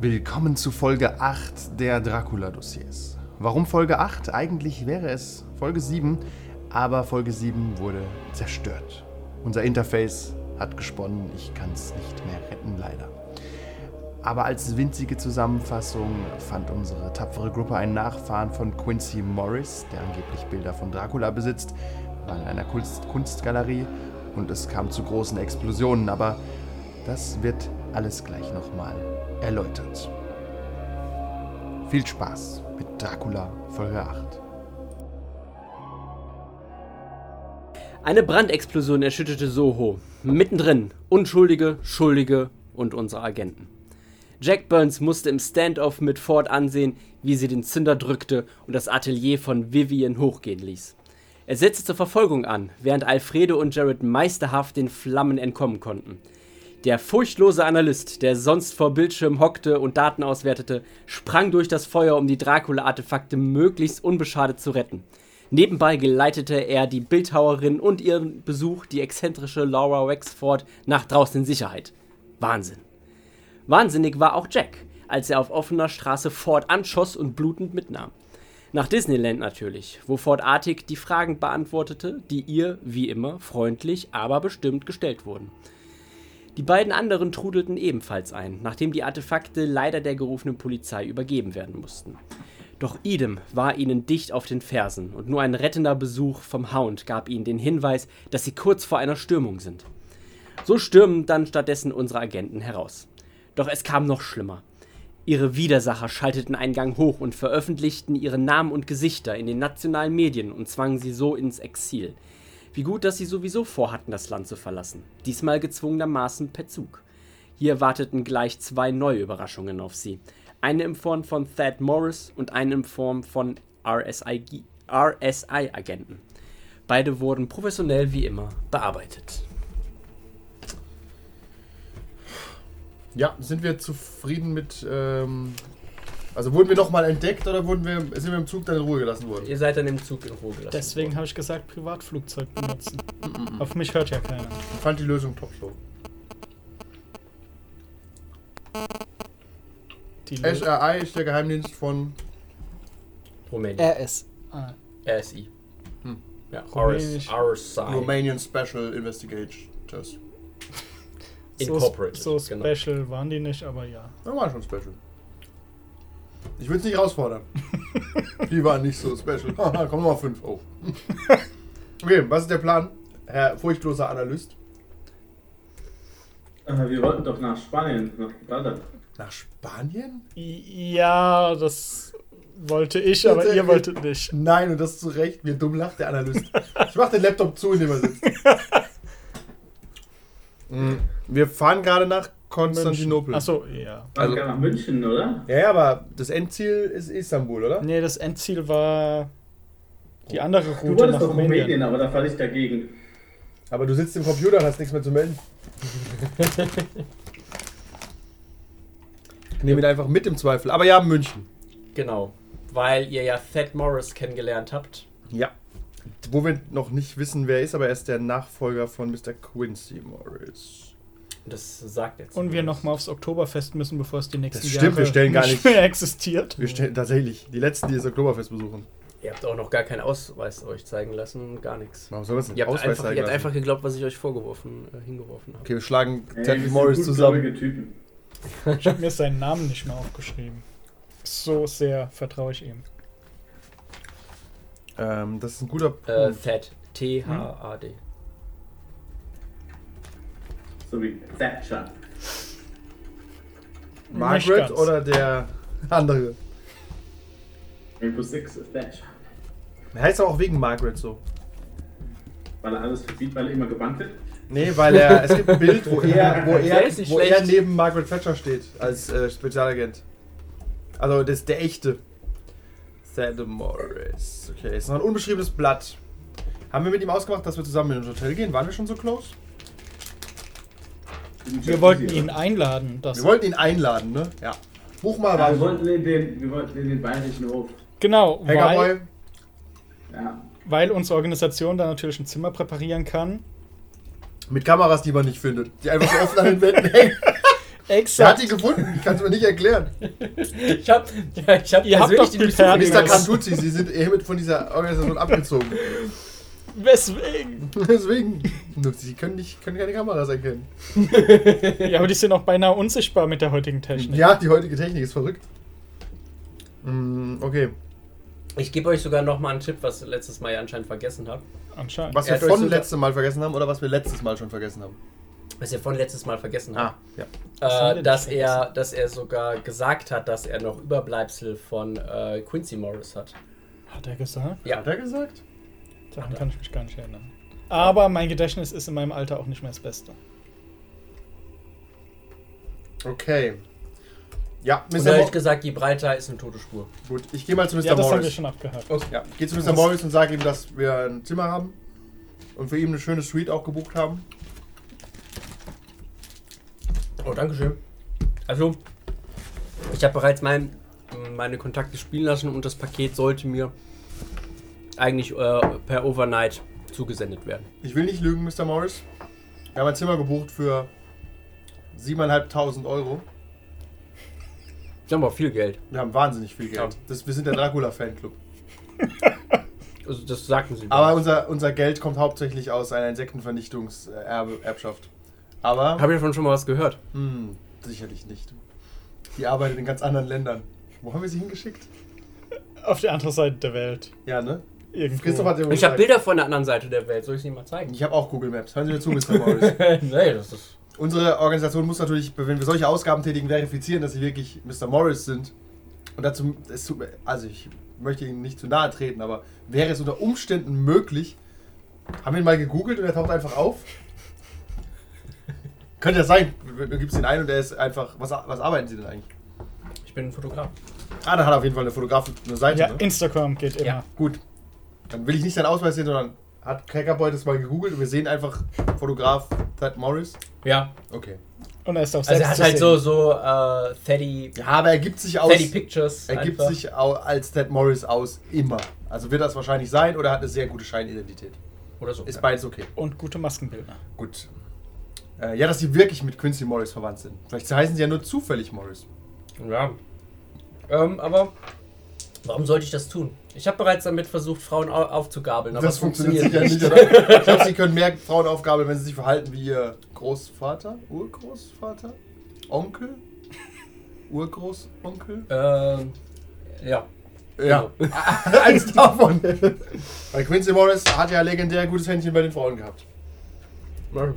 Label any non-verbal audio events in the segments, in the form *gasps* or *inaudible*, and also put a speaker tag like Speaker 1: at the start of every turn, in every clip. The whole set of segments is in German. Speaker 1: Willkommen zu Folge 8 der Dracula-Dossiers. Warum Folge 8? Eigentlich wäre es Folge 7, aber Folge 7 wurde zerstört. Unser Interface hat gesponnen, ich kann es nicht mehr retten, leider. Aber als winzige Zusammenfassung fand unsere tapfere Gruppe einen Nachfahren von Quincy Morris, der angeblich Bilder von Dracula besitzt, war in einer Kunst Kunstgalerie und es kam zu großen Explosionen, aber das wird alles gleich nochmal erläutert. Viel Spaß mit Dracula Folge 8.
Speaker 2: Eine Brandexplosion erschütterte Soho. Mittendrin Unschuldige, Schuldige und unsere Agenten. Jack Burns musste im Standoff mit Ford ansehen, wie sie den Zünder drückte und das Atelier von Vivian hochgehen ließ. Er setzte zur Verfolgung an, während Alfredo und Jared meisterhaft den Flammen entkommen konnten. Der furchtlose Analyst, der sonst vor Bildschirm hockte und Daten auswertete, sprang durch das Feuer, um die Dracula-Artefakte möglichst unbeschadet zu retten. Nebenbei geleitete er die Bildhauerin und ihren Besuch, die exzentrische Laura Wexford, nach draußen in Sicherheit. Wahnsinn. Wahnsinnig war auch Jack, als er auf offener Straße Ford anschoss und blutend mitnahm. Nach Disneyland natürlich, wo Ford artig die Fragen beantwortete, die ihr, wie immer, freundlich, aber bestimmt gestellt wurden. Die beiden anderen trudelten ebenfalls ein, nachdem die Artefakte leider der gerufenen Polizei übergeben werden mussten. Doch Idem war ihnen dicht auf den Fersen und nur ein rettender Besuch vom Hound gab ihnen den Hinweis, dass sie kurz vor einer Stürmung sind. So stürmen dann stattdessen unsere Agenten heraus. Doch es kam noch schlimmer. Ihre Widersacher schalteten einen Gang hoch und veröffentlichten ihre Namen und Gesichter in den nationalen Medien und zwangen sie so ins Exil. Wie gut, dass sie sowieso vorhatten, das Land zu verlassen. Diesmal gezwungenermaßen per Zug. Hier warteten gleich zwei neue Überraschungen auf sie. Eine in Form von Thad Morris und eine in Form von RSI-Agenten. RSI -Agenten. Beide wurden professionell wie immer bearbeitet.
Speaker 1: Ja, sind wir zufrieden mit. Ähm, also wurden wir nochmal entdeckt oder wurden wir, sind wir im Zug dann in Ruhe gelassen worden?
Speaker 2: Ihr seid dann im Zug in Ruhe gelassen.
Speaker 3: Deswegen habe ich gesagt, Privatflugzeug benutzen. Auf mich hört ja keiner.
Speaker 1: Ich fand die Lösung top so.
Speaker 3: Die Leute-
Speaker 1: SRI ist der Geheimdienst von.
Speaker 2: Rumänien.
Speaker 3: RS. Ah,
Speaker 2: RSI.
Speaker 1: Hm.
Speaker 2: Ja,
Speaker 3: Rumänisch.
Speaker 2: RSI.
Speaker 1: Romanian Special Investigators.
Speaker 2: Incorporated,
Speaker 3: So, so
Speaker 2: genau.
Speaker 3: special waren die nicht, aber ja.
Speaker 1: Das war schon special. Ich will es nicht herausfordern. *laughs* Die waren nicht so special. *laughs* Komm mal auf fünf auf. *laughs* Okay, was ist der Plan, Herr furchtloser Analyst?
Speaker 4: Aber wir wollten doch nach Spanien, nach Gibraltar.
Speaker 1: Nach Spanien?
Speaker 3: I- Ja, das wollte ich, aber ihr wolltet nicht.
Speaker 1: Nein, und das zu Recht. Wie dumm lacht der Analyst. Ich mach den Laptop zu, in dem er *laughs* sitzt. Mm, Wir fahren gerade nach Konstantinopel.
Speaker 3: Achso, ja.
Speaker 1: Also-
Speaker 4: Also nach München, oder?
Speaker 1: Ja, ja, aber das Endziel ist Istanbul, oder?
Speaker 3: Nee, das Endziel war die andere
Speaker 4: Du
Speaker 3: Route
Speaker 4: wolltest
Speaker 3: nach
Speaker 4: doch Rumänien,
Speaker 3: Rumänien.
Speaker 4: aber da fall ich dagegen.
Speaker 1: Aber du sitzt im Computer und hast nichts mehr zu melden. Ich nehme ihn einfach mit im Zweifel. Aber ja, München.
Speaker 2: Genau. Weil ihr ja Thad Morris kennengelernt habt.
Speaker 1: Ja. Wo wir noch nicht wissen, wer er ist, aber er ist der Nachfolger von Mr. Quincy Morris.
Speaker 2: Und das sagt jetzt.
Speaker 3: Und wir nochmal aufs Oktoberfest müssen, bevor es die nächsten
Speaker 1: Das
Speaker 3: Jahre
Speaker 1: stimmt, wir stellen gar nicht-
Speaker 3: nicht mehr existiert.
Speaker 1: Wir stellen tatsächlich die letzten, die das Oktoberfest besuchen.
Speaker 2: Ihr habt auch noch gar keinen Ausweis euch zeigen lassen, gar nichts.
Speaker 1: Warum soll das nicht
Speaker 2: Ihr habt,
Speaker 1: Ausweis
Speaker 2: einfach,
Speaker 1: sein
Speaker 2: ihr habt
Speaker 1: lassen?
Speaker 2: einfach geglaubt, was ich euch vorgeworfen, äh, hingeworfen habe.
Speaker 1: Okay, wir schlagen
Speaker 4: Ey, wir
Speaker 1: Ted
Speaker 4: sind
Speaker 1: Morris zusammen.
Speaker 4: gutgläubige Typen.
Speaker 3: Ich habe mir seinen Namen nicht mehr aufgeschrieben. So sehr vertraue ich ihm.
Speaker 1: Ähm, das ist ein guter Punkt.
Speaker 2: Äh, Thad. T-H-A-D.
Speaker 4: So wie Thatcher.
Speaker 3: Nicht
Speaker 1: Margaret
Speaker 3: ganz.
Speaker 1: oder der andere?
Speaker 4: Rainbow Six ist Thatcher.
Speaker 1: Er heißt aber auch wegen Margaret so.
Speaker 4: Weil er alles verbietet, weil er immer gebannt wird.
Speaker 1: Nee, weil er. Es gibt ein Bild, wo er, wo
Speaker 2: Der
Speaker 1: er,
Speaker 2: ist nicht
Speaker 1: wo er
Speaker 2: schlecht.
Speaker 1: neben Margaret Thatcher steht als äh, Spezialagent. Also das ist der echte. Thad Morris. Okay, ist noch ein unbeschriebenes Blatt. Haben wir mit ihm ausgemacht, dass wir zusammen in ein Hotel gehen? Waren wir schon so close?
Speaker 3: Wir wollten ihn einladen. Das
Speaker 1: Wir wollten ihn einladen, ne? Ja. Buch mal
Speaker 4: ja, wir,
Speaker 1: was.
Speaker 4: wollten in den, wir wollten in den bayerischen Hof.
Speaker 3: genau, weil,
Speaker 1: Hackerboy.
Speaker 4: Ja.
Speaker 3: weil unsere Organisation da natürlich ein Zimmer präparieren kann.
Speaker 1: Mit Kameras, die man nicht findet. Die einfach so offen an den Wänden hängen. Er hat
Speaker 5: Exakt.
Speaker 1: ihn gefunden, ich kann es mir nicht erklären.
Speaker 2: Ich hab, *laughs* ja, ich hab
Speaker 3: Ihr
Speaker 2: persönlich
Speaker 3: habt doch
Speaker 2: die
Speaker 3: die
Speaker 2: Durchsuchung
Speaker 3: Pferde.
Speaker 1: Mr.
Speaker 2: gemacht.
Speaker 1: Kantucci, Sie sind hiermit von dieser Organisation abgezogen. *laughs*
Speaker 3: Weswegen?
Speaker 1: Deswegen, Sie können, nicht, können keine Kameras erkennen.
Speaker 3: Ja, aber die sind auch beinahe unsichtbar mit der heutigen Technik.
Speaker 1: Ja, die heutige Technik ist verrückt. Mm, Okay,
Speaker 2: Ich gebe euch sogar nochmal einen Tipp, was ich letztes Mal ja anscheinend vergessen habt.
Speaker 3: Anscheinend.
Speaker 1: was
Speaker 2: Er
Speaker 1: wir
Speaker 2: hat euch
Speaker 1: von
Speaker 2: sogar-
Speaker 1: letztem Mal vergessen haben oder was wir letztes Mal schon vergessen haben.
Speaker 2: Was ihr von letztes Mal vergessen habt.
Speaker 1: Ah, ja.
Speaker 2: äh,
Speaker 3: haben wir
Speaker 2: dass,
Speaker 3: denn
Speaker 2: er, dass er sogar gesagt hat, dass er noch Überbleibsel von äh, Quincy Morris hat.
Speaker 3: Hat er gesagt?
Speaker 2: Ja.
Speaker 1: Hat er gesagt?
Speaker 3: Daran kann ich mich gar nicht erinnern. Aber mein Gedächtnis ist in meinem Alter auch nicht mehr das Beste.
Speaker 1: Okay. Ja,
Speaker 2: Und
Speaker 1: Mr.
Speaker 2: er hat
Speaker 1: Mor
Speaker 2: gesagt, die Breiter ist eine tote Spur.
Speaker 1: Gut, ich gehe mal zu Mr.
Speaker 3: ja, das haben wir
Speaker 1: Morris.
Speaker 3: schon abgehakt.
Speaker 2: Okay.
Speaker 1: Ja, geh zu Mr. Morris und sag ihm, dass wir ein Zimmer haben und für ihn eine schöne Suite auch gebucht haben.
Speaker 2: Oh, Dankeschön. Also, ich habe bereits mein, meine Kontakte spielen lassen und das Paket sollte mir eigentlich äh, per Overnight zugesendet werden.
Speaker 1: Ich will nicht lügen, Mr. Morris. Wir haben ein Zimmer gebucht für 7.500 Euro.
Speaker 2: Das ist aber viel Geld.
Speaker 1: Wir haben wahnsinnig viel Geld.
Speaker 2: Ja.
Speaker 1: Das, wir sind der Dracula-Fanclub.
Speaker 2: Also, das sagten sie.
Speaker 1: Aber unser, unser Geld kommt hauptsächlich aus einer Insektenvernichtungserbschaft. Aber
Speaker 2: Habe ich davon schon mal was gehört?
Speaker 1: hm, sicherlich nicht. Die arbeitet in ganz anderen Ländern. Wo haben wir sie hingeschickt?
Speaker 3: Auf der anderen Seite der Welt.
Speaker 1: Ja, ne?
Speaker 3: Irgendwo.
Speaker 1: Christoph hat ja
Speaker 2: Oh. Ich habe Bilder von der anderen Seite der Welt. Soll ich sie mal zeigen?
Speaker 1: Ich habe auch Google Maps. Hören Sie mir zu, Mr. Morris.
Speaker 2: *laughs* nee, das ist.
Speaker 1: Unsere Organisation muss natürlich, wenn wir solche Ausgaben tätigen, verifizieren, dass sie wirklich Mr. Morris sind. Und dazu, es tut mir, also ich möchte Ihnen nicht zu nahe treten, aber wäre es unter Umständen möglich, haben wir ihn mal gegoogelt und er taucht einfach auf? Könnte ja sein. Du gibst ihn ein und er ist einfach. Was, was arbeiten Sie denn eigentlich?
Speaker 2: Ich bin ein Fotograf.
Speaker 1: Ah, da hat er auf jeden Fall eine Fotograf eine Seite.
Speaker 3: Ja,
Speaker 1: ne?
Speaker 3: Instagram geht immer.
Speaker 2: Ja.
Speaker 1: Gut. Dann will ich nicht seinen Ausweis sehen, sondern hat Crackerboy das mal gegoogelt und wir sehen einfach Fotograf Ted Morris.
Speaker 2: Ja.
Speaker 1: Okay.
Speaker 3: Und er ist auch
Speaker 2: Also
Speaker 3: selbst
Speaker 2: er hat
Speaker 3: zu
Speaker 2: halt
Speaker 3: sehen.
Speaker 2: so, so äh, Teddy,
Speaker 1: Ja, aber er gibt sich aus.
Speaker 2: Teddy Pictures.
Speaker 1: Er gibt
Speaker 2: einfach.
Speaker 1: sich au- als Ted Morris aus, immer. Also wird das wahrscheinlich sein oder hat eine sehr gute Scheinidentität.
Speaker 2: Oder so.
Speaker 1: Ist beides okay.
Speaker 3: Und gute Maskenbilder.
Speaker 1: Gut. Äh, ja, dass sie wirklich mit Quincy Morris verwandt sind. Vielleicht heißen sie ja nur zufällig Morris.
Speaker 2: Ja. Ähm, aber warum sollte ich das tun? Ich habe bereits damit versucht, Frauen au- aufzugabeln, aber
Speaker 1: das
Speaker 2: es
Speaker 1: funktioniert sicher nicht, oder? Ich glaube, sie können mehr Frauenaufgabe, wenn sie sich verhalten wie ihr Großvater, Urgroßvater, Onkel, Urgroßonkel.
Speaker 2: *laughs*
Speaker 1: Äh,
Speaker 2: Ähm, ja. Genau.
Speaker 1: Ja,
Speaker 2: *laughs*
Speaker 1: eins davon. Weil Quincy Morris hat ja legendär gutes Händchen bei den Frauen gehabt.
Speaker 2: Wäre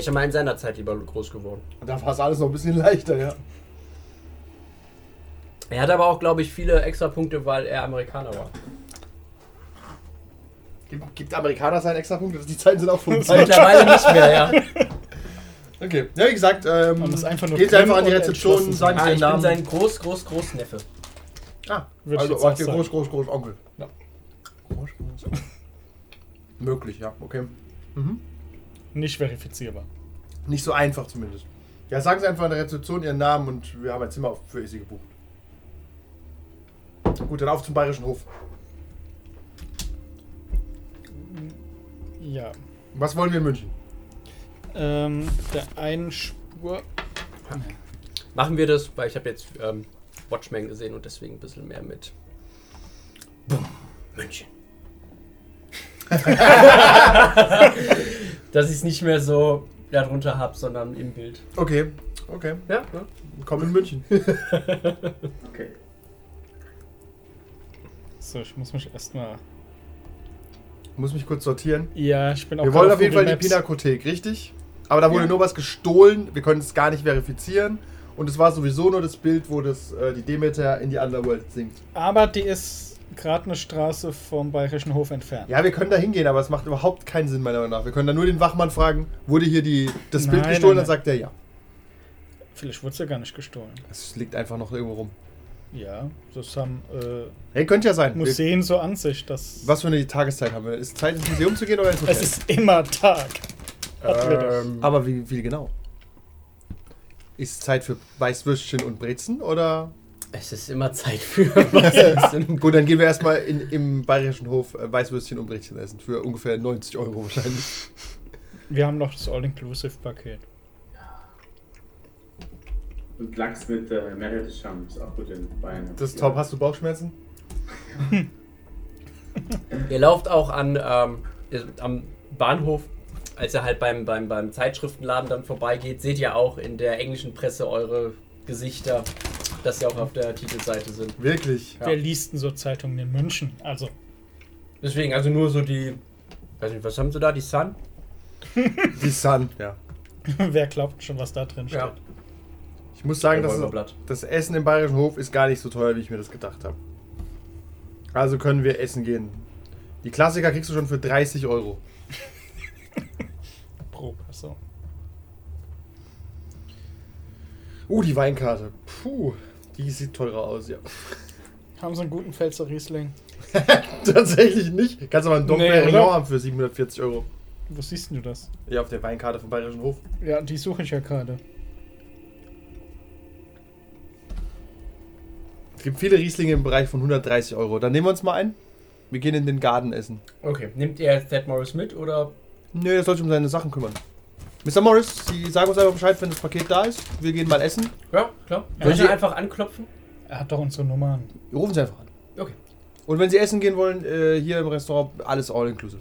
Speaker 2: ich mal in seiner Zeit lieber groß geworden.
Speaker 1: Und da war es alles noch ein bisschen *laughs* leichter, ja.
Speaker 2: Er hat aber auch, glaube ich, viele extra Punkte, weil er Amerikaner war.
Speaker 1: Gibt, gibt Amerikaner seinen extra Punkt? Die Zeiten sind *laughs* auch vorbei.
Speaker 2: Mittlerweile nicht mehr,
Speaker 1: *laughs*
Speaker 2: ja.
Speaker 1: Okay. Ja, wie gesagt, ähm,
Speaker 3: Man muss einfach nur
Speaker 1: geht
Speaker 3: grimm
Speaker 1: einfach an die
Speaker 3: und
Speaker 1: Rezeption,
Speaker 3: entschlossen
Speaker 1: sagen
Speaker 2: Ah,
Speaker 1: seinen
Speaker 2: ich bin
Speaker 1: Namen.
Speaker 2: sein groß, groß, groß Neffe.
Speaker 1: ah,
Speaker 3: Würde ich
Speaker 1: also
Speaker 3: jetzt auch
Speaker 1: auch der
Speaker 3: sagen.
Speaker 1: Groß, Groß, Groß, Onkel.
Speaker 2: Ja.
Speaker 1: Groß, Groß, Onkel. Möglich, ja, okay.
Speaker 3: Nicht verifizierbar.
Speaker 1: Nicht so einfach zumindest. Ja, sagen Sie einfach an der Rezeption Ihren Namen und wir haben ein Zimmer für Sie gebucht. Gut, dann auf zum Bayerischen Hof.
Speaker 3: Ja.
Speaker 1: Was wollen wir in München?
Speaker 3: Ähm, der einen Spur.
Speaker 2: Machen wir das, weil ich habe jetzt ähm, Watchmen gesehen und deswegen ein bisschen mehr mit. Boom, München. *laughs* Dass ich es nicht mehr so darunter habe, sondern im Bild.
Speaker 1: Okay, okay.
Speaker 2: Ja, ja.
Speaker 1: Willkommen in
Speaker 3: *laughs*
Speaker 1: München.
Speaker 4: Okay.
Speaker 3: So, ich muss mich erstmal.
Speaker 1: Ich muss mich kurz sortieren.
Speaker 3: Ja, ich bin auch.
Speaker 1: Wir
Speaker 3: gerade
Speaker 1: wollen auf jeden Fall
Speaker 3: Google
Speaker 1: die
Speaker 3: Maps.
Speaker 1: Pinakothek, richtig? Aber da wurde
Speaker 4: Ja.
Speaker 1: nur was gestohlen, wir können es gar nicht verifizieren. Und es war sowieso nur das Bild, wo das, äh, die Demeter in die Underworld singt.
Speaker 3: Aber die ist gerade eine Straße vom Bayerischen Hof entfernt.
Speaker 1: Ja, wir können da hingehen, aber es macht überhaupt keinen Sinn, meiner Meinung nach. Wir können da nur den Wachmann fragen, wurde hier die, das Bild
Speaker 3: Nein,
Speaker 1: gestohlen?
Speaker 3: nein,
Speaker 1: Dann sagt er ja.
Speaker 3: Vielleicht wurde sie ja gar nicht gestohlen.
Speaker 1: Es liegt einfach noch irgendwo rum.
Speaker 3: Ja, das haben äh,
Speaker 1: Hey, könnte ja sein. Wir,
Speaker 3: Museen so an sich, dass.
Speaker 1: was für eine Tageszeit haben wir? Ist Zeit, ins Museum zu gehen oder ins Hotel?
Speaker 3: Es ist immer Tag. Hatten wir doch.
Speaker 2: Ähm,
Speaker 1: aber wie viel genau? Ist Zeit für Weißwürstchen und Brezen oder
Speaker 2: es ist immer Zeit für
Speaker 1: *laughs*
Speaker 2: *laughs* was. es ist.
Speaker 1: Gut, dann gehen wir erstmal in, im Bayerischen Hof äh, Weißwürstchen und Brettchen essen. Für ungefähr 90 Euro wahrscheinlich.
Speaker 3: Wir haben noch das All-Inclusive-Paket.
Speaker 4: Und Lachs mit äh, Meredith Shum ist auch gut in Bayern.
Speaker 1: Das ist top. Hast du Bauchschmerzen?
Speaker 2: Ihr lauft auch an, ähm, ihr- am Bahnhof, als ihr halt beim, beim, beim Zeitschriftenladen dann vorbeigeht, seht ihr auch in der englischen Presse eure Gesichter, dass sie auch auf der Titelseite sind.
Speaker 1: Wirklich.
Speaker 2: Ja.
Speaker 3: Wer liest denn so Zeitungen in München? Also, *laughs*
Speaker 2: Deswegen, also nur so die, weiß nicht, was haben sie da, die Sun?
Speaker 1: Die Sun.
Speaker 2: Ja.
Speaker 3: wer glaubt schon, was da drin steht?
Speaker 2: Ja.
Speaker 1: Ich muss sagen,
Speaker 2: Der
Speaker 1: das,
Speaker 2: Bäumerblatt.
Speaker 1: das Essen im Bayerischen Hof ist gar nicht so teuer, wie ich mir das gedacht habe. Also können wir essen gehen. Die Klassiker kriegst du schon für 30 Euro.
Speaker 3: Pro Person.
Speaker 1: Oh, die Weinkarte. Puh, die sieht teurer aus, ja. *laughs*
Speaker 3: Haben sie einen guten Pfälzer Riesling?
Speaker 1: Tatsächlich nicht. Kannst aber einen Dom
Speaker 3: Nee,
Speaker 1: Perignon
Speaker 3: oder?
Speaker 1: haben für 740 Euro.
Speaker 3: Wo siehst denn du das?
Speaker 1: Ja, auf der Weinkarte vom Bayerischen Hof.
Speaker 3: Ja, die suche ich ja gerade.
Speaker 1: Es gibt viele Rieslinge im Bereich von 130 Euro. Dann nehmen wir uns mal ein. Wir gehen in den Garten essen.
Speaker 2: Okay, nehmt ihr jetzt Ted Morris mit oder?
Speaker 1: Nö, er soll sich um seine Sachen kümmern. Mr. Morris, Sie sagen uns einfach Bescheid, wenn das Paket da ist. Wir gehen mal essen.
Speaker 2: Ja, klar.
Speaker 3: Ja.
Speaker 2: Soll ich
Speaker 3: Ja.
Speaker 2: einfach anklopfen?
Speaker 3: Er hat doch unsere Nummer an.
Speaker 1: Wir rufen Sie einfach an.
Speaker 2: Okay.
Speaker 1: Und wenn Sie essen gehen wollen, äh, hier im Restaurant alles all inclusive.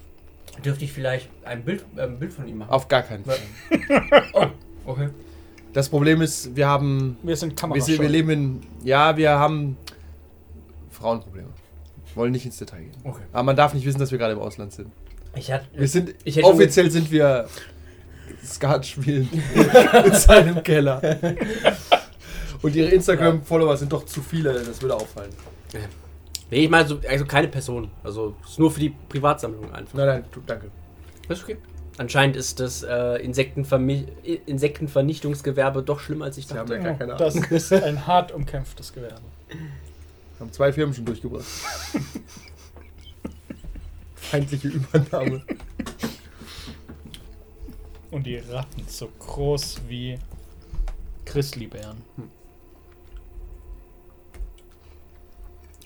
Speaker 2: Dürfte ich vielleicht ein Bild, äh, ein Bild von ihm machen?
Speaker 1: Auf gar keinen Fall. *laughs*
Speaker 2: Oh, okay.
Speaker 1: Das Problem ist, wir haben.
Speaker 3: Wir sind
Speaker 1: Wir,
Speaker 3: Kamerascheu.
Speaker 1: sind, wir leben in. Ja, wir haben. Frauenprobleme. Wollen nicht ins Detail gehen.
Speaker 2: Okay.
Speaker 1: Aber man darf nicht wissen, dass wir gerade im Ausland sind.
Speaker 2: Ich hatte,
Speaker 1: Wir sind.
Speaker 2: Ich hätte-
Speaker 1: offiziell sind wir. Skat
Speaker 2: *laughs*
Speaker 1: spielen. in seinem Keller. Und ihre Instagram-Follower sind doch zu viele, das würde auffallen.
Speaker 2: Nee, ich meine, so, also keine Person. Also, ist nur für die Privatsammlung einfach.
Speaker 1: Nein, nein, du- danke.
Speaker 2: Ist okay. Anscheinend ist das äh, Insektenvermi Insektenvernichtungsgewerbe doch schlimmer, als ich
Speaker 1: Sie haben
Speaker 2: dachte.
Speaker 1: ja gar keine
Speaker 3: Oh,
Speaker 1: Ahnung.
Speaker 3: das ist ein hart umkämpftes Gewerbe.
Speaker 1: Haben zwei Firmen schon durchgebracht. Feindliche Übernahme.
Speaker 3: Und die Ratten so groß wie Christlibären.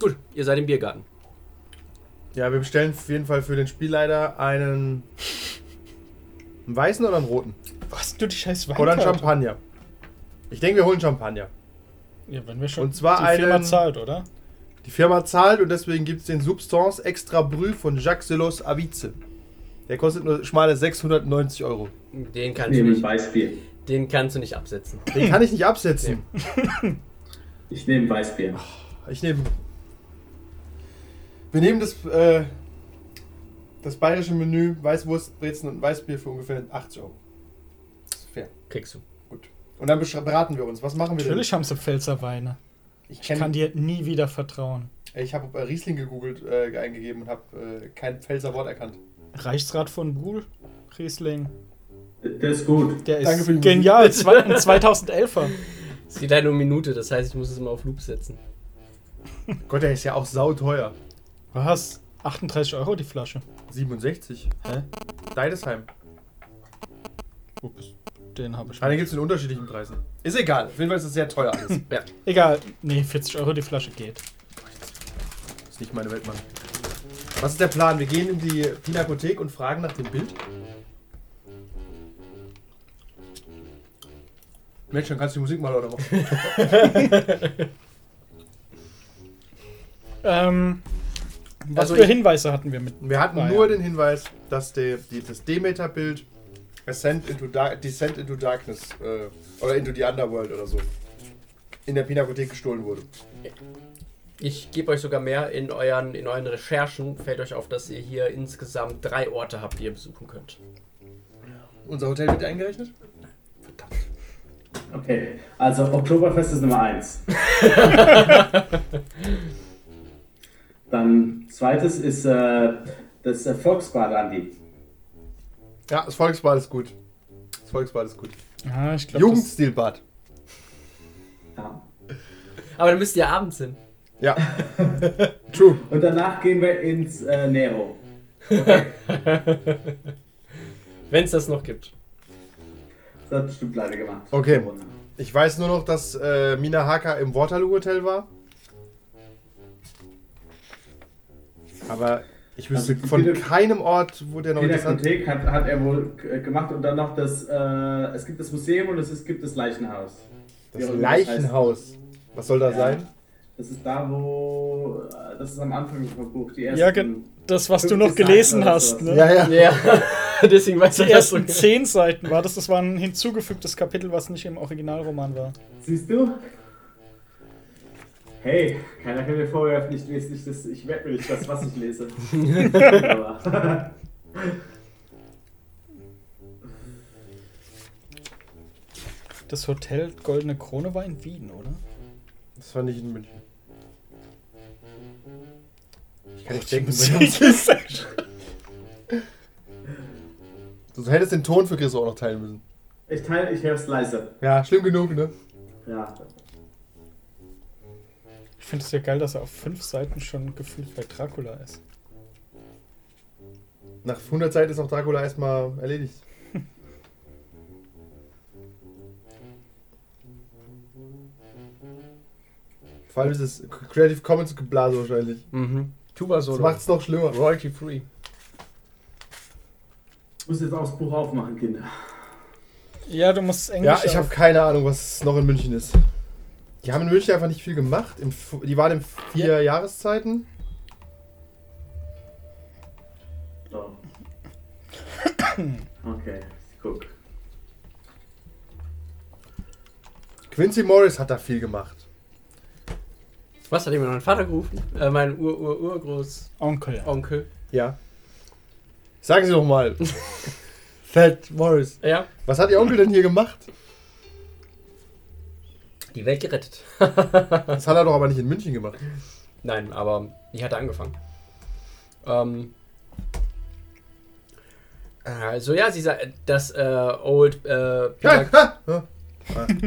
Speaker 2: Gut, ihr seid im Biergarten.
Speaker 1: Ja, wir bestellen auf jeden Fall für den Spielleiter einen. einen weißen oder einen roten?
Speaker 3: Was, du die scheiß
Speaker 1: Oder einen
Speaker 3: Weinkarte?
Speaker 1: Champagner. Ich denke, wir holen Champagner.
Speaker 3: Ja, wenn wir schon
Speaker 1: Und zwar
Speaker 3: die Firma
Speaker 1: einen-
Speaker 3: zahlt, oder?
Speaker 1: Die Firma zahlt und deswegen gibt es den Substance Extra Brü von Jacques Delos Avice. Der kostet nur schmale 690 Euro.
Speaker 2: Den kannst, du
Speaker 4: Nehmen ein
Speaker 2: nicht,
Speaker 4: Weißbier.
Speaker 2: den kannst du nicht absetzen.
Speaker 1: Den kann ich nicht absetzen.
Speaker 4: Ich nehme Weißbier.
Speaker 1: Ich nehme. Wir nehmen das, äh, das bayerische Menü Weißwurst, Brezen und Weißbier für ungefähr 80 Euro. Das ist fair.
Speaker 2: Kriegst du.
Speaker 1: Gut. Und dann beschra- beraten wir uns. Was machen wir
Speaker 3: Natürlich haben sie Pfälzer Weine.
Speaker 1: denn? Ich,
Speaker 3: Ich
Speaker 1: kenn-
Speaker 3: kann dir nie wieder vertrauen.
Speaker 1: Ich habe äh, Riesling gegoogelt, äh, eingegeben und habe äh, kein Pfälzer Wort erkannt.
Speaker 3: Reichsrat von Buhl, Riesling.
Speaker 4: Das ist gut.
Speaker 3: Der ist
Speaker 1: Danke für die *laughs*
Speaker 3: genial. Zwei, ein 2011er.
Speaker 2: Es geht leider um Minute, das heißt, ich muss es mal auf Loop setzen.
Speaker 1: Gott, der ist ja auch sauteuer.
Speaker 3: Was? 38 Euro die Flasche.
Speaker 1: 67. Hä? Deidesheim.
Speaker 3: Ups, den habe ich.
Speaker 1: Wahrscheinlich
Speaker 3: Nicht.
Speaker 1: gibt es Ah, in unterschiedlichen Preisen. Ist egal. Auf jeden Fall ist das sehr teuer *laughs* alles.
Speaker 2: Ja.
Speaker 3: Egal, nee, 40 Euro die Flasche geht.
Speaker 1: ist nicht meine Welt, Mann. Was ist der Plan? Wir gehen in die Pinakothek und fragen nach dem Bild. Mensch, dann kannst du die Musik mal lauter machen.
Speaker 3: Ähm, was
Speaker 1: Also
Speaker 3: für
Speaker 1: ich-
Speaker 3: Hinweise hatten wir mit?
Speaker 1: *laughs* Wir hatten
Speaker 3: Ah, ja.
Speaker 1: nur den Hinweis, dass der, die, das Demeter-Bild Ascent into Dark, Descent into Darkness äh, oder into the Underworld oder so in der Pinakothek gestohlen wurde.
Speaker 2: Ich gebe euch sogar mehr in euren, in euren Recherchen. Fällt euch auf, dass ihr hier insgesamt drei Orte habt, die ihr besuchen könnt.
Speaker 1: Unser Hotel wird eingerechnet?
Speaker 4: Okay, also Oktoberfest ist Nummer 1. Dann zweites ist äh, das äh, Volksbad, Andi.
Speaker 1: Ja, das Volksbad ist gut. Das Volksbad ist gut.
Speaker 3: Ah, ich glaube,
Speaker 1: Jugendstilbad.
Speaker 4: Ja.
Speaker 2: Aber dann müsst ihr abends *laughs* hin.
Speaker 1: *laughs* Ja. True.
Speaker 4: Und danach gehen wir ins äh, Nero.
Speaker 2: Wenn es das noch gibt.
Speaker 4: Das hat bestimmt leider gemacht.
Speaker 1: Okay.
Speaker 4: Corona.
Speaker 1: Ich weiß nur noch, dass äh, Mina Haka im Waterloo Hotel war. Aber ich wüsste
Speaker 4: Also,
Speaker 1: von
Speaker 4: bitte-
Speaker 1: keinem Ort, wo der noch
Speaker 4: Die
Speaker 1: interessant
Speaker 4: Bibliothek hat, hat er wohl äh, gemacht und dann noch das, äh, es gibt das Museum und es ist, gibt das Leichenhaus.
Speaker 1: Das
Speaker 4: Ja, und das heißt-
Speaker 1: Leichenhaus. Was soll da
Speaker 4: Ja.
Speaker 1: sein?
Speaker 4: Das ist da, wo. äh, Das ist am Anfang vom Buch. Die ersten.
Speaker 3: Ja, ge- das, was du noch
Speaker 4: 50
Speaker 3: gelesen
Speaker 4: Seiten oder
Speaker 3: hast.
Speaker 4: sowas.
Speaker 3: Ne?
Speaker 1: ja.
Speaker 2: *laughs* Deswegen weiß *laughs*
Speaker 3: Die
Speaker 2: er das so.
Speaker 3: ersten zehn Seiten war das. Das war ein hinzugefügtes Kapitel, was nicht im Originalroman war.
Speaker 4: Siehst du? Hey, keiner kann mir vorwerfen, ich lese nicht das, ich merke mir nicht das, was ich lese. Aber-
Speaker 3: Das Hotel Goldene Krone war in Wien, oder?
Speaker 1: Das war nicht in München. Ich kann nicht
Speaker 3: Die
Speaker 1: denken, *laughs*
Speaker 3: Musik ist echt-
Speaker 1: du hättest den Ton für Chris auch noch teilen müssen.
Speaker 4: ich teile, ich höre es leise.
Speaker 1: Ja, schlimm genug, ne?
Speaker 4: Ja.
Speaker 3: Ich finde es ja geil, dass er auf fünf Seiten schon gefühlt bei Dracula ist.
Speaker 1: Nach 100 Seiten ist auch Dracula erstmal erledigt. Vor allem ist es Creative Commons geblase wahrscheinlich.
Speaker 2: Mhm. Tuba
Speaker 1: Das
Speaker 2: Solo.
Speaker 1: macht's noch schlimmer.
Speaker 2: Royalty Free.
Speaker 4: Ich muss jetzt auch das Buch aufmachen, Kinder.
Speaker 3: Ja, du musst Englisch.
Speaker 1: Ja, ich habe
Speaker 3: auf-
Speaker 1: keine Ahnung, was noch in München ist. Die haben in München einfach nicht viel gemacht. Im, F- die waren in vier Jahreszeiten.
Speaker 4: So. Okay, ich guck.
Speaker 1: Quincy Morris hat da viel gemacht.
Speaker 2: Was hat jemand meinen Vater gerufen? Äh, mein Ur -Ur Urgroßonkel.
Speaker 3: Onkel.
Speaker 1: Ja. Sagen Sie doch mal. *laughs* Fat Morris.
Speaker 2: Ja.
Speaker 1: Was hat Ihr Onkel denn hier gemacht?
Speaker 2: Die Welt *laughs* gerettet.
Speaker 1: Das hat er doch aber nicht in München gemacht.
Speaker 2: Nein, aber ich hatte angefangen. Ähm, also ja, sie sagt, das äh, Old äh, Peter,
Speaker 1: Ah, ah, ah. *laughs*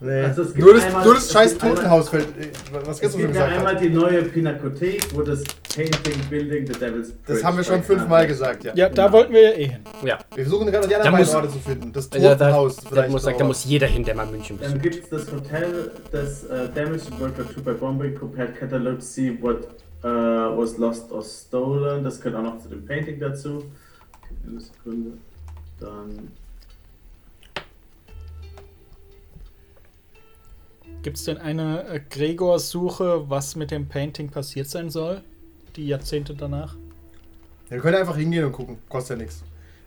Speaker 1: Nee.
Speaker 4: Also es gibt
Speaker 1: nur, das,
Speaker 4: einmal-
Speaker 1: nur das
Speaker 4: es
Speaker 1: scheiß
Speaker 4: gibt einmal-
Speaker 1: Totenhaus fällt. äh, Was
Speaker 4: Es
Speaker 1: gestern schon
Speaker 4: gibt ja
Speaker 1: gesagt
Speaker 4: einmal
Speaker 1: hat.
Speaker 4: die neue Pinakothek, wo das Painting, Building, the Devil's
Speaker 1: Das
Speaker 4: Bridge Ah,
Speaker 1: haben wir schon fünfmal gesagt, ja.
Speaker 3: Ja, da wollten wir ja eh hin.
Speaker 1: Wir versuchen gerade die
Speaker 2: Da
Speaker 1: anderen beiden
Speaker 2: muss-
Speaker 1: Orte zu finden. Das
Speaker 2: ja, da,
Speaker 1: Totenhaus
Speaker 2: da,
Speaker 1: vielleicht.
Speaker 2: muss,
Speaker 1: noch,
Speaker 2: da muss jeder hin, der mal München
Speaker 4: Dann
Speaker 2: besucht.
Speaker 4: gibt es das Hotel, das äh, Damaged in World War II by Bombing, Compared Catalog, See What äh, Was Lost or Stolen. Das gehört auch noch zu dem Painting dazu. Gib mir Eine Sekunde. Dann.
Speaker 3: Gibt es denn eine äh, Gregor-Suche, was mit dem Painting passiert sein soll? Die Jahrzehnte danach?
Speaker 1: Ja, wir können einfach hingehen und gucken. Kostet ja nichts.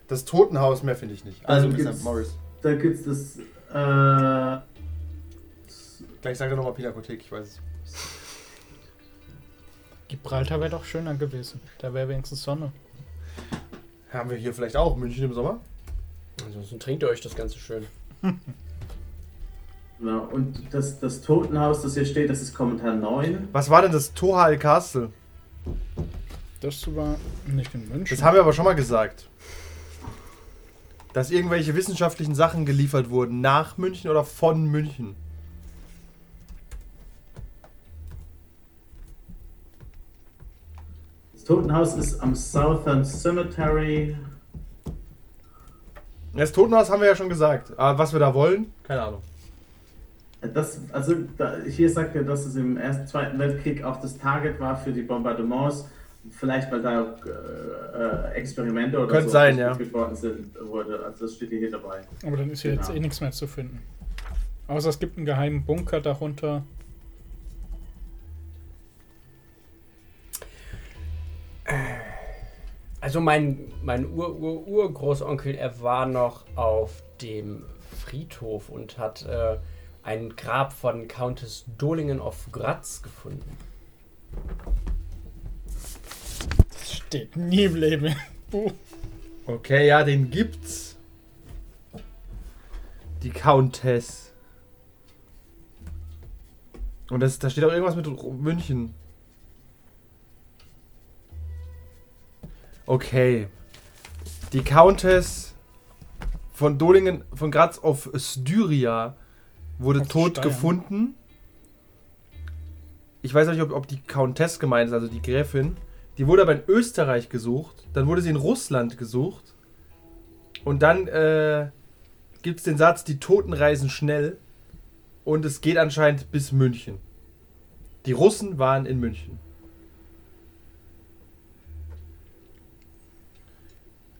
Speaker 1: Das Totenhaus mehr finde ich nicht. Also
Speaker 4: Dann
Speaker 1: mit
Speaker 4: gibt's-
Speaker 1: St. Morris.
Speaker 4: Da gibt es das. Äh,
Speaker 1: Gleich sagt er nochmal Pinakothek, ich weiß es.
Speaker 3: Gibraltar wäre doch schöner gewesen. Da wäre wenigstens Sonne.
Speaker 1: Haben wir hier vielleicht auch München im Sommer? Ähm.
Speaker 2: Ansonsten Also, trinkt ihr euch das Ganze schön.
Speaker 4: ja, genau, und das, das Totenhaus, das hier steht, das ist Kommentar 9.
Speaker 1: Was war denn das Tohal Castle?
Speaker 3: Das war nicht in München.
Speaker 1: Das haben wir aber schon mal gesagt. Dass irgendwelche wissenschaftlichen Sachen geliefert wurden nach München oder von München.
Speaker 4: Das Totenhaus ist am Southern Cemetery.
Speaker 1: Das Totenhaus haben wir ja schon gesagt. Aber was wir da wollen? Keine Ahnung.
Speaker 4: Das, also da, hier sagt er, dass es im Ersten, Zweiten Weltkrieg auch das Target war für die Bombardements. Vielleicht weil da äh, äh, Experimente oder
Speaker 1: Könnte
Speaker 4: so
Speaker 1: sein, ja.
Speaker 4: durchgeführt worden sind, wurde. Also das steht hier dabei.
Speaker 3: Aber dann ist hier
Speaker 1: Genau.
Speaker 3: jetzt eh nichts mehr zu finden. Außer es gibt einen geheimen Bunker darunter.
Speaker 2: Also mein, mein Ur -Ur Urgroßonkel, er war noch auf dem Friedhof und hat äh, ein Grab von Countess Dolingen of Graz gefunden.
Speaker 3: Das steht nie im Leben. im Buch.
Speaker 1: Okay, ja, den gibt's. Die Countess. Und das, da steht auch irgendwas mit Ru- München. Okay. Die Countess von Dolingen, von Graz auf Styria wurde
Speaker 3: Auf
Speaker 1: tot
Speaker 3: Steyr.
Speaker 1: gefunden. Ich weiß nicht, ob, ob die Countess gemeint ist, also die Gräfin. Die wurde aber in Österreich gesucht. Dann wurde sie in Russland gesucht. Und dann äh, gibt es den Satz, die Toten reisen schnell. Und es geht anscheinend bis München. Die Russen waren in München.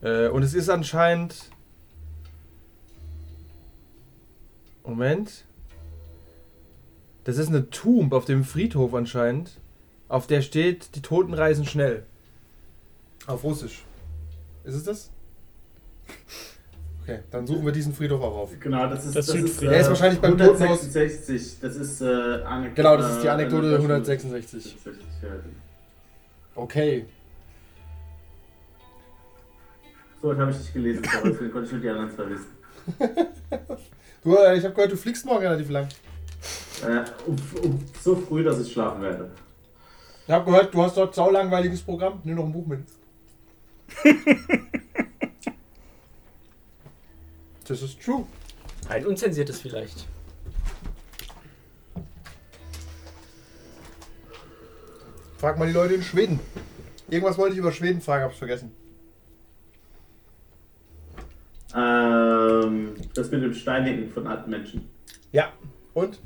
Speaker 1: Äh, und es ist anscheinend. Oh Moment. Das ist eine Tomb auf dem Friedhof anscheinend. Auf der steht, die Toten reisen schnell. Auf Russisch. Ist es das? Okay, dann suchen wir diesen Friedhof auch auf.
Speaker 4: Genau, das ist.
Speaker 3: Das sind
Speaker 4: ist,
Speaker 3: Frieden.
Speaker 1: Er ist wahrscheinlich beim Toten aus-
Speaker 4: 166. Das ist äh, Anekdote.
Speaker 1: Genau, das ist die
Speaker 4: äh,
Speaker 1: Anekdote
Speaker 4: Anekdote
Speaker 1: 166.
Speaker 4: 166, ja.
Speaker 1: Okay.
Speaker 4: So, das habe ich nicht gelesen, aber deswegen konnte ich nur die anderen zwei wissen.
Speaker 1: Du, äh, ich habe gehört, du fliegst morgen relativ lang.
Speaker 4: Äh, um, um, so früh, dass ich schlafen werde.
Speaker 1: Ich habe gehört, du hast dort sau langweiliges Programm. Nimm noch ein Buch mit.
Speaker 2: *laughs*
Speaker 1: Das ist true.
Speaker 2: Ein unzensiertes vielleicht.
Speaker 1: Frag mal die Leute in Schweden. Irgendwas wollte ich über Schweden fragen, hab's vergessen.
Speaker 4: Ähm, das mit dem Steinigen von alten Menschen.
Speaker 1: Ja. Und?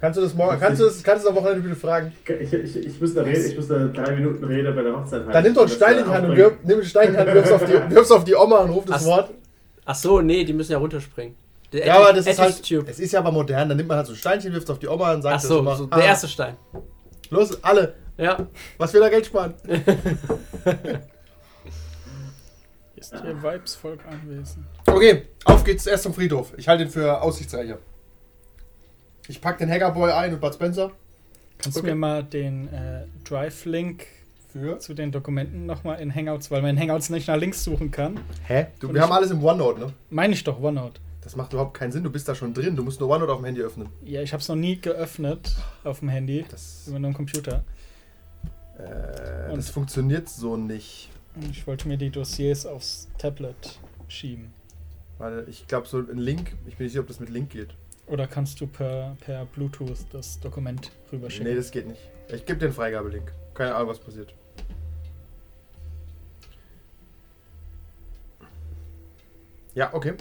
Speaker 1: Kannst du das morgen, kannst du das, kannst du das am Wochenende bitte fragen?
Speaker 4: Ich, ich, ich muss da reden, ich muss da drei Minuten Rede bei der Hochzeit halten.
Speaker 1: Dann nimm doch einen
Speaker 4: Das,
Speaker 1: Stein in
Speaker 4: äh,
Speaker 1: die Hand und
Speaker 4: aufbringen.
Speaker 1: wirf, nimm einen Stein in die Hand und wirf's auf die,
Speaker 2: *laughs*
Speaker 1: wirf's auf die Oma und ruf das
Speaker 2: Ach,
Speaker 1: Wort.
Speaker 2: Ach so, nee, die müssen ja runterspringen. Der
Speaker 1: Ja,
Speaker 2: Atti-
Speaker 1: aber das ist halt,
Speaker 2: Attitude.
Speaker 1: es ist ja aber modern, dann nimmt man halt so ein Steinchen, wirft auf die Oma und sagt
Speaker 2: Ach so,
Speaker 1: das
Speaker 2: so
Speaker 1: ah,
Speaker 2: der erste Stein.
Speaker 1: Los, alle,
Speaker 2: Ja,
Speaker 1: was will da Geld sparen?
Speaker 3: Ist hier Weibsvolk anwesend?
Speaker 1: Okay, auf geht's erst zum Friedhof. Ich halte ihn für aussichtsreicher. Ich pack den Hackerboy ein und Bud Spencer
Speaker 3: Kannst du mir mal den äh, Drive-Link
Speaker 1: für.
Speaker 3: zu den Dokumenten nochmal in Hangouts, weil man in Hangouts nicht nach links suchen kann?
Speaker 1: Hä? Du,
Speaker 3: Und
Speaker 1: wir
Speaker 3: ich-
Speaker 1: haben alles im OneNote, ne?
Speaker 3: Meine ich doch, OneNote.
Speaker 1: Das macht überhaupt keinen Sinn, du bist da schon drin, du musst nur OneNote auf dem Handy öffnen.
Speaker 3: Ja, ich habe es noch nie geöffnet auf dem Handy,
Speaker 1: Das,
Speaker 3: über einem Computer.
Speaker 1: äh, das
Speaker 3: Und-
Speaker 1: funktioniert so nicht.
Speaker 3: Und Ich wollte mir die Dossiers aufs Tablet schieben.
Speaker 1: Warte, ich glaube, so ein Link, ich bin nicht sicher, ob das mit Link geht.
Speaker 3: Oder kannst du per, per Bluetooth das Dokument rüberschicken?
Speaker 1: Nee, das geht nicht. Ich gebe den Freigabelink. Keine Ahnung, was passiert. Ja, okay.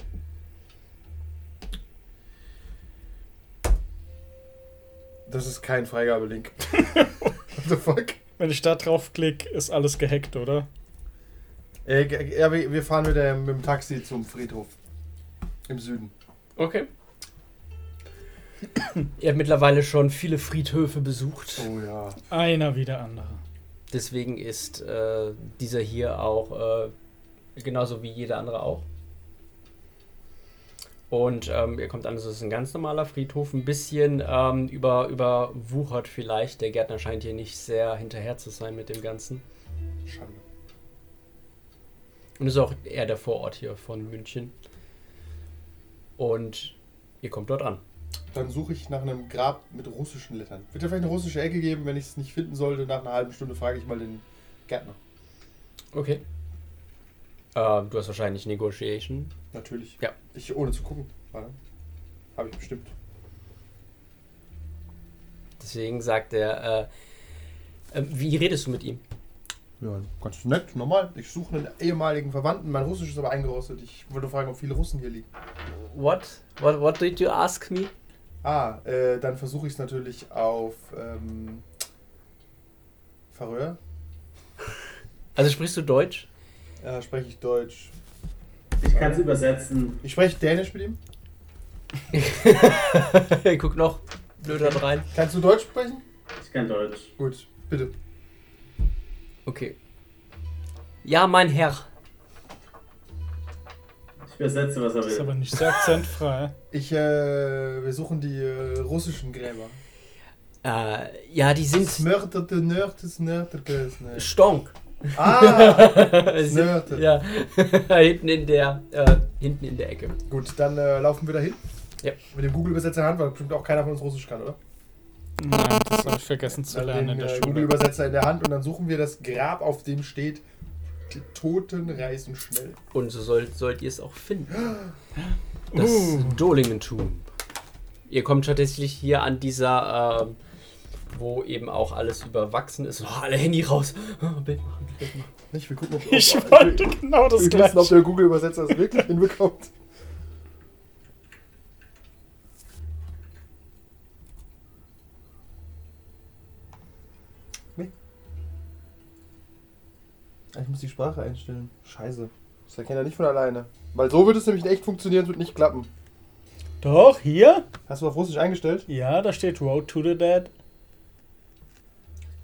Speaker 1: Das ist kein Freigabelink. *laughs* What the fuck?
Speaker 3: Wenn ich da draufklick, ist alles gehackt, oder?
Speaker 1: Äh, g- ja, wir wir fahren mit, der, mit dem Taxi zum Friedhof. Im Süden.
Speaker 2: okay. Ihr habt mittlerweile schon viele Friedhöfe besucht.
Speaker 1: Oh ja.
Speaker 3: Einer wie der andere.
Speaker 2: Deswegen ist äh, dieser hier auch äh, genauso wie jeder andere auch. Und ähm, ihr kommt an, es ist ein ganz normaler Friedhof, ein bisschen ähm, über, überwuchert vielleicht. Der Gärtner scheint hier nicht sehr hinterher zu sein mit dem Ganzen.
Speaker 1: Schande.
Speaker 2: Und ist auch eher der Vorort hier von München. Und ihr kommt dort an.
Speaker 1: Dann suche ich nach einem Grab mit russischen Lettern. Wird da vielleicht eine russische Ecke geben? Wenn ich es nicht finden sollte, nach einer halben Stunde frage ich mal den Gärtner.
Speaker 2: Okay. Ähm, du hast wahrscheinlich Negotiation.
Speaker 1: Natürlich.
Speaker 2: Ja.
Speaker 1: Ich ohne zu gucken. Warte. Habe ich bestimmt.
Speaker 2: Deswegen sagt er, äh, äh, wie redest du mit ihm?
Speaker 1: Ja, ganz nett, normal. Ich suche einen ehemaligen Verwandten. Mein Russisch ist aber eingerostet. Ich wollte fragen, ob viele Russen hier liegen.
Speaker 2: What? What, what did you ask me?
Speaker 1: Ah, äh, dann versuche ich es natürlich auf ähm, Färöer.
Speaker 2: Also sprichst du Deutsch?
Speaker 1: Ja, Äh, spreche ich Deutsch.
Speaker 4: Ich kann es übersetzen.
Speaker 1: Ich spreche Dänisch mit ihm.
Speaker 2: *laughs* Guck noch blöder rein.
Speaker 1: Kannst du Deutsch sprechen?
Speaker 4: Ich kann Deutsch.
Speaker 1: Gut, bitte.
Speaker 2: Okay. Ja, mein Herr.
Speaker 4: Ich übersetze, was er
Speaker 3: Das ist aber
Speaker 4: will.
Speaker 3: nicht sehr akzentfrei.
Speaker 1: Ich, äh, wir suchen die äh, russischen Gräber.
Speaker 2: Äh, ja, die sind
Speaker 1: Smörterte, nörtes, nörterte, snörtete.
Speaker 2: stonk.
Speaker 3: *laughs*
Speaker 1: Ah!
Speaker 2: sind,
Speaker 1: Nörte.
Speaker 2: ja, *laughs* hinten in der äh, hinten in der Ecke.
Speaker 1: Gut, dann äh, laufen wir dahin.
Speaker 2: Ja.
Speaker 1: Mit dem Google-Übersetzer in der Hand, weil bestimmt auch keiner von uns Russisch kann, oder?
Speaker 3: Nein, das habe ich vergessen zu lernen in
Speaker 1: den
Speaker 3: der
Speaker 1: äh,
Speaker 3: Schule.
Speaker 1: Google-Übersetzer in der Hand und dann suchen wir das Grab, auf dem steht, die Toten reisen schnell.
Speaker 2: Und so sollt, sollt ihr es auch finden. Das Dolingentum. Ihr kommt tatsächlich hier an dieser, ähm, wo eben auch alles überwachsen ist. Oh, alle Handy raus. *gasps* Oh, Bild machen, Bild machen.
Speaker 1: Nicht? Wir
Speaker 3: *laughs*
Speaker 1: gucken, ob,
Speaker 3: *laughs* Ich
Speaker 1: ob,
Speaker 3: wollte genau das
Speaker 1: wir wissen, ob
Speaker 3: gleiche.
Speaker 1: der Google-Übersetzer es wirklich hinbekommt. Nee. Ah, Ich muss die Sprache einstellen. Scheiße. Das erkennt er nicht von alleine. Weil so wird es nämlich in echt funktionieren, es wird nicht klappen.
Speaker 3: Doch, hier?
Speaker 6: Hast du auf Russisch eingestellt?
Speaker 3: Ja, da steht Road to the Dead.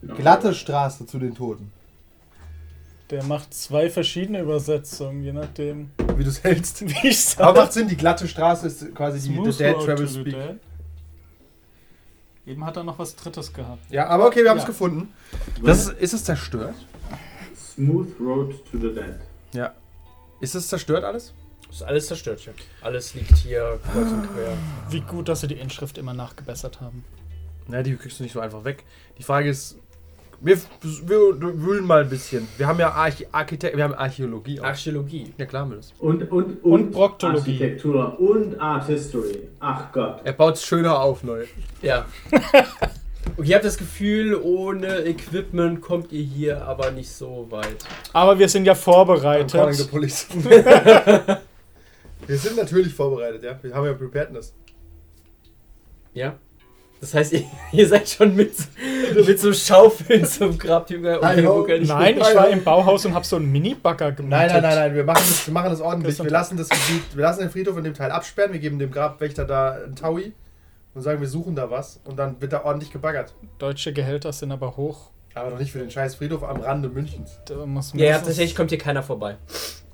Speaker 4: Genau.
Speaker 1: Glatte Straße zu den Toten.
Speaker 3: Der macht zwei verschiedene Übersetzungen, je nachdem, *laughs*
Speaker 1: Wie du es hältst.
Speaker 3: wie ich sage.
Speaker 1: Aber macht Sinn, die glatte Straße ist quasi die The Dead Travel Speak.
Speaker 3: Eben hat er noch was Drittes gehabt.
Speaker 1: Ja, aber okay, wir haben es
Speaker 3: Ja.
Speaker 1: gefunden. Das ist, ist es zerstört?
Speaker 4: Smooth Road to the Dead.
Speaker 1: Ja. Ist es zerstört alles?
Speaker 2: Ist alles zerstört hier. Alles liegt hier kreuz und quer.
Speaker 3: Wie gut, dass sie die Inschrift immer nachgebessert haben.
Speaker 1: Na, die kriegst du nicht so einfach weg. Die Frage ist, wir, wir wühlen mal ein bisschen. Wir haben ja Arch Architekt, wir haben Archäologie auch.
Speaker 2: Archäologie.
Speaker 1: ja, klar, haben wir das.
Speaker 4: Und, und, und,
Speaker 3: Proktologie.
Speaker 4: Architektur und Art History. Ach Gott.
Speaker 1: Er baut es schöner auf neu.
Speaker 2: Ja. Und ihr habt das Gefühl, ohne Equipment kommt ihr hier aber nicht so weit.
Speaker 3: Aber wir sind ja
Speaker 1: I'm calling the *laughs*
Speaker 3: vorbereitet.
Speaker 1: police. wir sind natürlich vorbereitet, ja. Wir haben ja Preparedness.
Speaker 2: Ja? Das heißt, *laughs* ihr, ihr seid schon mit, mit so Schaufeln zum Grabjünger und
Speaker 1: Nein,
Speaker 2: ihr wuckelt-
Speaker 3: Nein, ich war im Bauhaus und habe so einen Mini-Bagger gemietet.
Speaker 1: Nein, nein, nein, nein, wir machen das, wir machen das ordentlich.
Speaker 3: Das-
Speaker 1: wir lassen das Gebiet, wir lassen den Friedhof in dem Teil absperren, wir geben dem Grabwächter da einen Taui und sagen, wir suchen da was und dann wird da ordentlich gebaggert.
Speaker 3: Deutsche Gehälter sind aber hoch.
Speaker 1: Aber doch nicht für den scheiß Friedhof am Rande Münchens.
Speaker 3: Da muss man
Speaker 2: Ja, ihr habt, tatsächlich kommt hier keiner vorbei.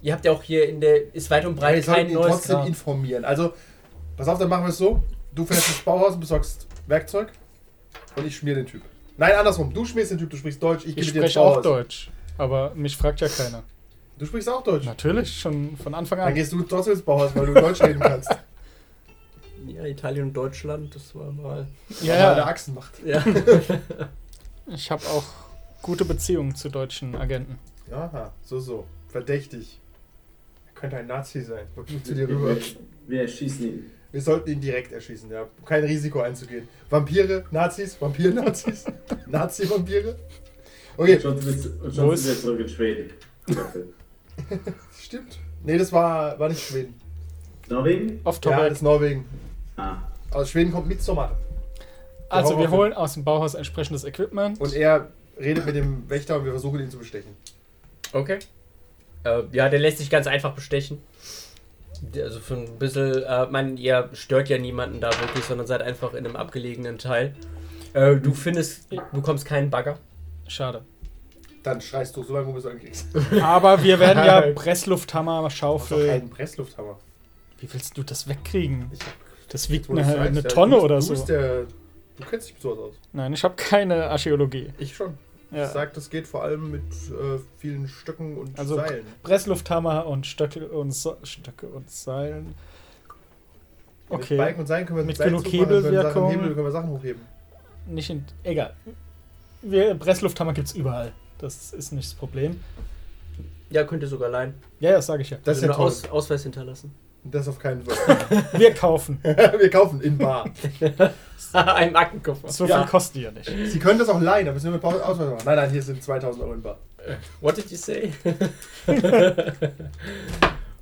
Speaker 2: Ihr habt ja auch hier in der. Ist weit und
Speaker 1: Wir
Speaker 2: breit kein
Speaker 1: sollten ihn
Speaker 2: halt neues
Speaker 1: trotzdem
Speaker 2: Grab.
Speaker 1: informieren. Also, pass auf, dann machen wir es so. Du fährst ins Bauhaus und besorgst Werkzeug und ich schmier den Typ. Nein, andersrum. Du schmierst den Typ, du sprichst Deutsch, ich, geh
Speaker 3: ich
Speaker 1: mit dir ins
Speaker 3: spreche auch
Speaker 1: Bauhaus.
Speaker 3: Deutsch. Aber mich fragt ja keiner.
Speaker 1: Du sprichst auch Deutsch.
Speaker 3: Natürlich, schon von Anfang
Speaker 1: Dann
Speaker 3: an.
Speaker 1: gehst du trotzdem ins Bauhaus, weil du Deutsch reden
Speaker 3: *laughs*
Speaker 1: kannst.
Speaker 2: Ja, Italien und Deutschland, das war mal.
Speaker 1: Weil er
Speaker 3: Ja, ja.
Speaker 1: Achsen macht.
Speaker 2: Ja. *laughs*
Speaker 3: Ich habe auch gute Beziehungen zu deutschen Agenten.
Speaker 1: Aha, so, so. Verdächtig. Er könnte ein Nazi sein. Guck Zu dir rüber.
Speaker 4: Wir erschießen ihn.
Speaker 1: Wir sollten ihn direkt erschießen, ja. Um kein Risiko einzugehen. Vampire, Nazis, Vampir-Nazis, *laughs* Nazi-Vampire. Okay,
Speaker 4: Johnson ist, Johnson
Speaker 3: Los.
Speaker 4: ist jetzt zurück
Speaker 1: *laughs*
Speaker 4: in Schweden.
Speaker 1: stimmt. Nee, das war, war nicht Schweden.
Speaker 4: Norwegen?
Speaker 3: Off
Speaker 1: Ja,
Speaker 3: topic.
Speaker 1: das ist Norwegen.
Speaker 4: Ah.
Speaker 1: Aus Schweden kommt Midsommar.
Speaker 3: also, wir
Speaker 1: Horrorfilm.
Speaker 3: holen aus dem Bauhaus entsprechendes Equipment.
Speaker 1: Und er redet mit dem Wächter und wir versuchen ihn zu bestechen.
Speaker 2: Okay. Äh, ja, der lässt sich ganz einfach bestechen. Der- Also für ein bisschen, äh, man, ihr stört ja niemanden da wirklich, sondern seid einfach in einem abgelegenen Teil. Äh,
Speaker 3: Mhm.
Speaker 2: du findest, du kommst keinen Bagger.
Speaker 3: Schade.
Speaker 1: Dann schreist du so lange, wo du es ankriegst.
Speaker 3: Aber wir werden
Speaker 1: *laughs*
Speaker 3: ja Presslufthammer, Schaufel.
Speaker 1: Ein Presslufthammer.
Speaker 3: Wie willst du das wegkriegen?
Speaker 1: Ich-
Speaker 3: Das wiegt
Speaker 1: Wo du
Speaker 3: eine,
Speaker 1: sagst,
Speaker 3: eine
Speaker 1: ja,
Speaker 3: Tonne
Speaker 1: du bist-
Speaker 3: oder
Speaker 1: Du,
Speaker 3: so.
Speaker 1: bist der, du kennst dich mit sowas aus.
Speaker 3: Nein, ich habe keine Archäologie.
Speaker 1: Ich schon. Ich
Speaker 3: Ja.
Speaker 1: sag, das geht vor allem mit äh, vielen Stöcken und
Speaker 3: Also-
Speaker 1: Seilen.
Speaker 3: Presslufthammer und Stöcke und, so Stöcke und Seilen.
Speaker 1: Mit
Speaker 3: Okay,
Speaker 1: Balken und Seilen können wir
Speaker 3: Mit
Speaker 1: Seilen
Speaker 3: genug
Speaker 1: zumachen, können Sachen
Speaker 3: Hebelwirkung.
Speaker 1: Hebel, können wir Sachen hochheben.
Speaker 3: nicht in. Egal. Wir, Presslufthammer gibt's überall. Das ist nicht das Problem.
Speaker 2: Ja, könnt ihr sogar leihen.
Speaker 3: Ja, ja, sage ich ja.
Speaker 1: Das ist
Speaker 2: Also
Speaker 1: ja
Speaker 2: nur
Speaker 1: toll.
Speaker 2: Aus, Ausweis hinterlassen. *laughs*
Speaker 1: Das auf keinen Fall. *laughs*
Speaker 3: Wir kaufen.
Speaker 1: wir kaufen in Bar.
Speaker 2: Ein Aktenkoffer.
Speaker 3: So
Speaker 1: Ja.
Speaker 3: viel kostet die ja nicht.
Speaker 1: Sie können das auch leihen, aber müssen wir mit Pause Ausweis machen. Nein, nein, hier sind 2000 Euro in Bar.
Speaker 2: What did you say? *laughs*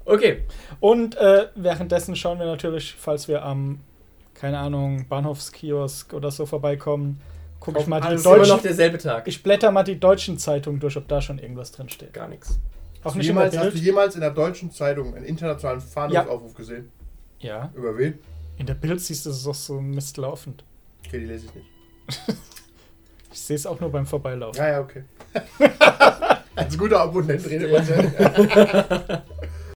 Speaker 2: okay.
Speaker 3: Und äh, währenddessen schauen wir natürlich, falls wir am, keine Ahnung, Bahnhofskiosk oder so vorbeikommen, gucke ich mal die
Speaker 2: Also immer noch
Speaker 3: deutschen.
Speaker 2: derselbe Tag.
Speaker 3: Ich blätter mal die deutschen Zeitungen durch, ob da schon irgendwas drin steht.
Speaker 2: Gar nichts.
Speaker 3: Auch
Speaker 1: Hast du,
Speaker 3: nicht immer
Speaker 1: jemals, hast du
Speaker 3: Bild.
Speaker 1: jemals in der deutschen Zeitung einen internationalen Fahndungsaufruf gesehen?
Speaker 3: Ja,
Speaker 1: Über wen?
Speaker 3: in der Bild siehst du es doch so mistlaufend.
Speaker 1: Okay, die lese ich nicht.
Speaker 3: Ich sehe es auch nur
Speaker 1: *laughs*
Speaker 3: beim Vorbeilaufen.
Speaker 1: Ja, ja, okay. Als guter Abonnent redet man ja.